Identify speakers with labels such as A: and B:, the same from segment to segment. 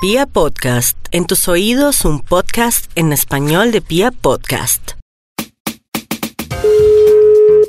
A: Pia Podcast, en tus oídos un podcast en español de Pia Podcast.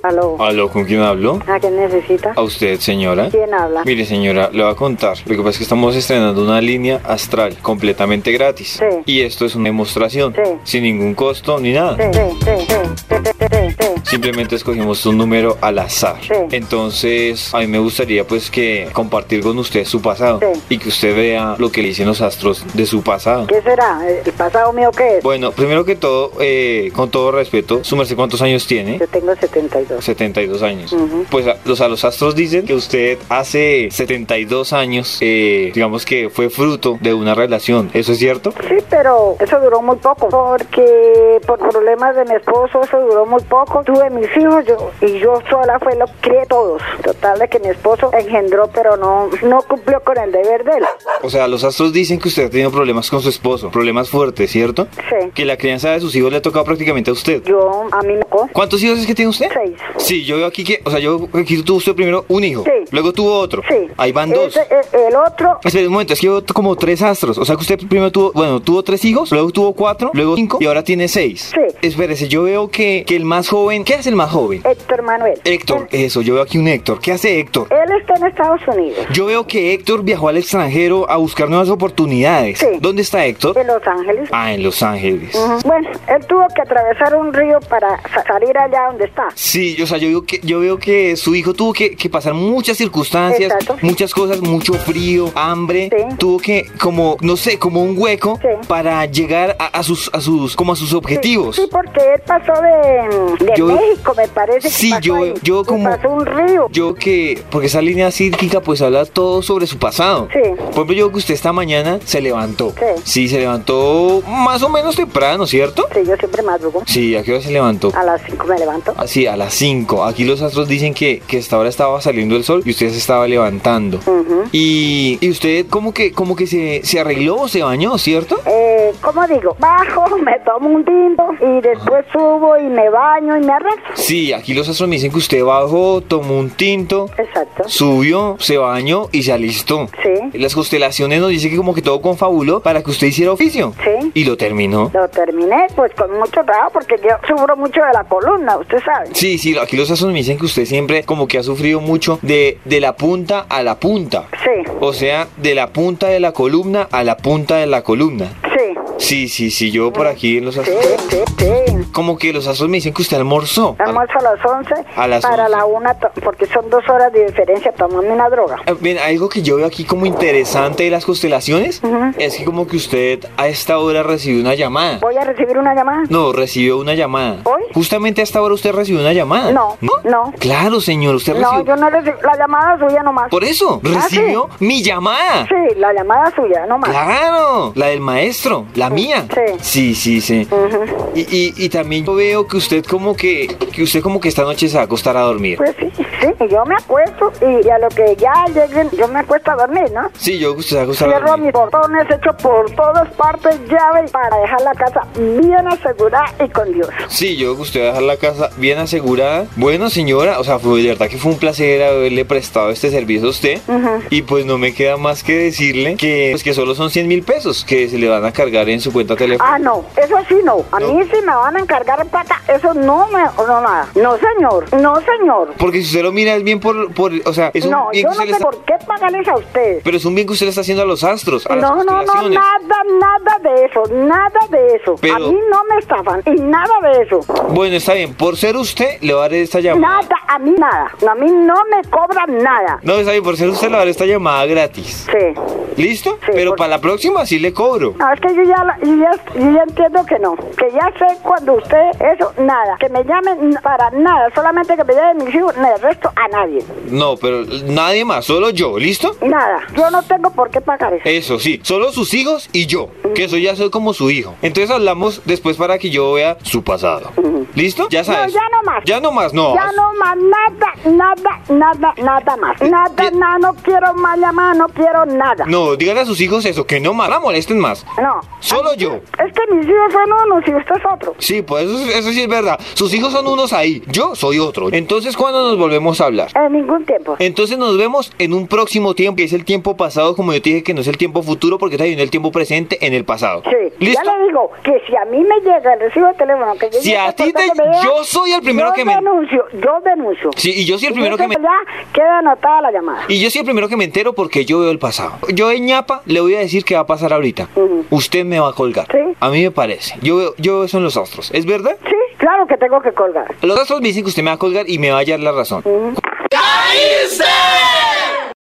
B: Aló.
C: Aló, ¿con quién hablo?
B: ¿A quién necesita?
C: A usted, señora.
B: ¿Quién habla?
C: Mire, señora, le voy a contar. Lo que pasa es que estamos estrenando una línea astral completamente gratis.
B: Sí.
C: Y esto es una demostración,
B: Sí.
C: sin ningún costo ni nada.
B: Sí, sí, sí, sí, sí, sí, sí, sí.
C: Simplemente escogimos un número al azar.
B: Sí.
C: Entonces, a mí me gustaría pues que compartir con usted su pasado
B: Sí.
C: y que usted vea lo que le dicen los astros de su pasado.
B: ¿Qué será? ¿El pasado mío qué es?
C: Bueno, primero que todo, eh, con todo respeto, su merced, ¿cuántos años tiene?
B: Yo tengo 72.
C: 72 años.
B: Ujú.
C: Pues a los, a los astros dicen que usted hace 72 años, eh, digamos que fue fruto de una relación. ¿Eso es cierto?
B: Sí, pero eso duró muy poco, porque por problemas de mi esposo eso duró muy poco. Tuve mis hijos yo y yo sola fue lo crié todos. Total de que mi esposo engendró, pero no no cumplió con el deber de él.
C: O sea, los astros dicen que usted ha tenido problemas con su esposo, problemas fuertes, ¿cierto?
B: Sí.
C: Que la crianza de sus hijos le ha tocado prácticamente a usted.
B: Yo a mí me tocó
C: ¿Cuántos hijos es que tiene usted?
B: seis.
C: Sí, yo veo aquí que, o sea, yo veo aquí tuvo usted primero un hijo,
B: Sí.
C: luego tuvo otro.
B: Sí.
C: Ahí van dos.
B: Ese- e- el otro
C: Espera un momento, es que yo veo como tres astros. O sea que usted primero tuvo, bueno, tuvo tres hijos, luego tuvo cuatro, luego cinco y ahora tiene seis.
B: Sí.
C: Espérese, yo veo que, que el más joven. ¿Qué hace el más joven?
B: Héctor Manuel.
C: Héctor, eh. eso, yo veo aquí un Héctor. ¿Qué hace Héctor?
B: Él está en Estados Unidos,
C: Yo veo que Héctor viajó al extranjero a buscar nuevas oportunidades.
B: Sí.
C: ¿Dónde está Héctor?
B: en Los Ángeles.
C: Ah, en Los Ángeles.
B: Ujú. Bueno, él tuvo que atravesar un río para sa- salir allá donde está.
C: Sí, o sea, yo veo que, yo veo que su hijo tuvo que, que pasar muchas circunstancias,
B: Exacto.
C: muchas cosas, mucho frío, hambre.
B: Sí.
C: Tuvo que, como, no sé, como un hueco
B: Sí.
C: para llegar a, a sus, a sus, como a sus objetivos.
B: Sí, porque él pasó de, de
C: Yo-
B: México, me parece. que
C: Sí,
B: pasó
C: yo-
B: ahí,
C: yo
B: y
C: como-
B: pasó un río.
C: Yo que, porque esa línea psíquica pues habla todo sobre su pasado.
B: Sí.
C: Por ejemplo, yo veo que usted esta mañana se levantó.
B: Sí.
C: se levantó más o menos temprano, ¿cierto?
B: Sí, yo siempre madrugo.
C: Sí, ¿a qué hora se levantó?
B: A las 5 me levanto.
C: Así, a las 5. Aquí los astros dicen que, que hasta ahora estaba saliendo el sol y usted se estaba levantando.
B: Ujú.
C: Y, y usted como que, como que se, se arregló o se bañó, ¿cierto?
B: Eh, ¿Cómo digo? Bajo, me tomo un tinto y después subo y me baño y me arreglo.
C: Sí, aquí los astros me dicen que usted bajó, tomó un tinto,
B: Exacto.
C: subió, se bañó y se alistó.
B: Sí.
C: Las constelaciones nos dicen que como que todo confabuló para que usted hiciera oficio.
B: Sí.
C: Y lo terminó.
B: Lo terminé pues con mucho trabajo porque yo sufro mucho de la columna, usted sabe.
C: Sí, sí, aquí los astros me dicen que usted siempre como que ha sufrido mucho de, de la punta a la punta.
B: Sí,
C: O sea, de la punta de la columna a la punta de la columna.
B: sí,
C: Sí, sí, sí, yo por aquí en los
B: sí,
C: astros...
B: sí, sí.
C: Como que los astros me dicen que usted almorzó.
B: Almuerzo a las 11
C: A las
B: para
C: 11.
B: la 1, porque son dos horas de diferencia tomando una droga.
C: Ah, Bien, algo que yo veo aquí como interesante de las constelaciones
B: Ujú.
C: es que como que usted a esta hora recibió una llamada.
B: ¿Voy a recibir una llamada?
C: No, recibibió una llamada.
B: ¿Hoy?
C: Justamente a esta hora usted recibió una llamada.
B: No, no.
C: Claro, señor, usted
B: No,
C: recibió.
B: yo no recibí la llamada suya nomás.
C: Por eso,
B: ¿Ah, sí?
C: recibió mi llamada.
B: Sí, la llamada suya nomás.
C: Claro, la del maestro, la mía. Sí, sí, sí.
B: Ujú.
C: Y, y- y también yo veo que usted como que, que usted como que esta noche se va a acostar a dormir.
B: Pues sí, sí, y yo me acuesto y, y a lo que ya lleguen, yo me acuesto a dormir, ¿no?
C: Sí, yo usted se va a acostar a
B: Cierro
C: dormir.
B: mis portones hechos por todas partes, llave, para dejar la casa bien asegurada y con Dios.
C: Sí, yo que usted va a dejar la casa bien asegurada. Bueno, señora, o sea, fue, de verdad que fue un placer haberle prestado este servicio a usted.
B: Ujú.
C: Y pues no me queda más que decirle que, pues, que solo son 100 mil pesos que se le van a cargar en su cuenta telefónica.
B: Ah, no, eso sí no. A
C: No.
B: mí sí me van a encargar plata, eso no me, no nada. No, señor, no, señor.
C: Porque si usted lo mira es bien por, por o sea, es un
B: Ah. No,
C: bien
B: yo
C: que
B: no
C: usted
B: sé
C: le está-
B: por qué pagarles a ustedes.
C: Pero es un bien que usted le está haciendo a los astros, Pues, a las
B: No, no, no,
C: constelaciones.
B: nada, nada de eso, nada de eso.
C: Pero-
B: A mí no me estafan y nada de eso.
C: Bueno, está bien, por ser usted le va a dar esta llamada.
B: Nada, a mí nada. A mí no me cobran nada.
C: No, está bien, por ser usted le va a dar esta llamada gratis.
B: Sí.
C: ¿Listo?
B: Sí,
C: Pero
B: por-
C: para la próxima sí le cobro.
B: No, es que yo ya, la- yo ya- yo ya entiendo que no. Que ya sé cuando usted, eso, nada. Que me llamen n- para nada. Solamente que me llamen mis hijos, no, el resto a nadie.
C: No, pero nadie más, solo yo, ¿listo?
B: Nada. Yo no tengo por qué pagar eso.
C: Eso sí, solo sus hijos y yo, que soy ya soy como su hijo. Entonces hablamos después para que yo vea su pasado. ¿Listo? Ya sabes.
B: ya no más.
C: Ya no más, no.
B: Ya no más, nada, nada, nada, nada más. Nada,
C: eh.
B: nada, no quiero más llamadas, no quiero nada.
C: No, díganle a sus hijos eso, que no más, la molesten más.
B: No,
C: Solo yo.
B: Es que mis hijos son unos y usted es otro.
C: Sí, pues eso, eso sí es verdad. Sus hijos son unos ahí, yo soy otro. Entonces, ¿cuándo nos volvemos a hablar?
B: En ningún tiempo.
C: Entonces nos vemos en un próximo tiempo, que es el tiempo pasado, como yo te dije que no es el tiempo futuro, porque está en el tiempo presente, en el pasado.
B: Sí.
C: ¿Listo?
B: Ya le digo que si a mí me llega el recibo de teléfono que yo
C: Si
B: llego
C: a ti te-
B: portándome ya,
C: yo soy el primero
B: yo
C: que me-
B: denuncio, yo denuncio.
C: Sí, y yo soy el
B: Y
C: primero que me...
B: entonces Ya queda anotada la llamada.
C: Y yo soy el primero que me entero porque yo veo el pasado. Yo en ñapa le voy a decir qué va a pasar ahorita.
B: Ujú.
C: Usted me va a colgar.
B: Sí.
C: A mí me parece. Yo veo, yo veo eso en los astros. ¿Es verdad?
B: Sí, claro que tengo que colgar.
C: Los astros me dicen que usted me va a colgar y me va a hallar la razón.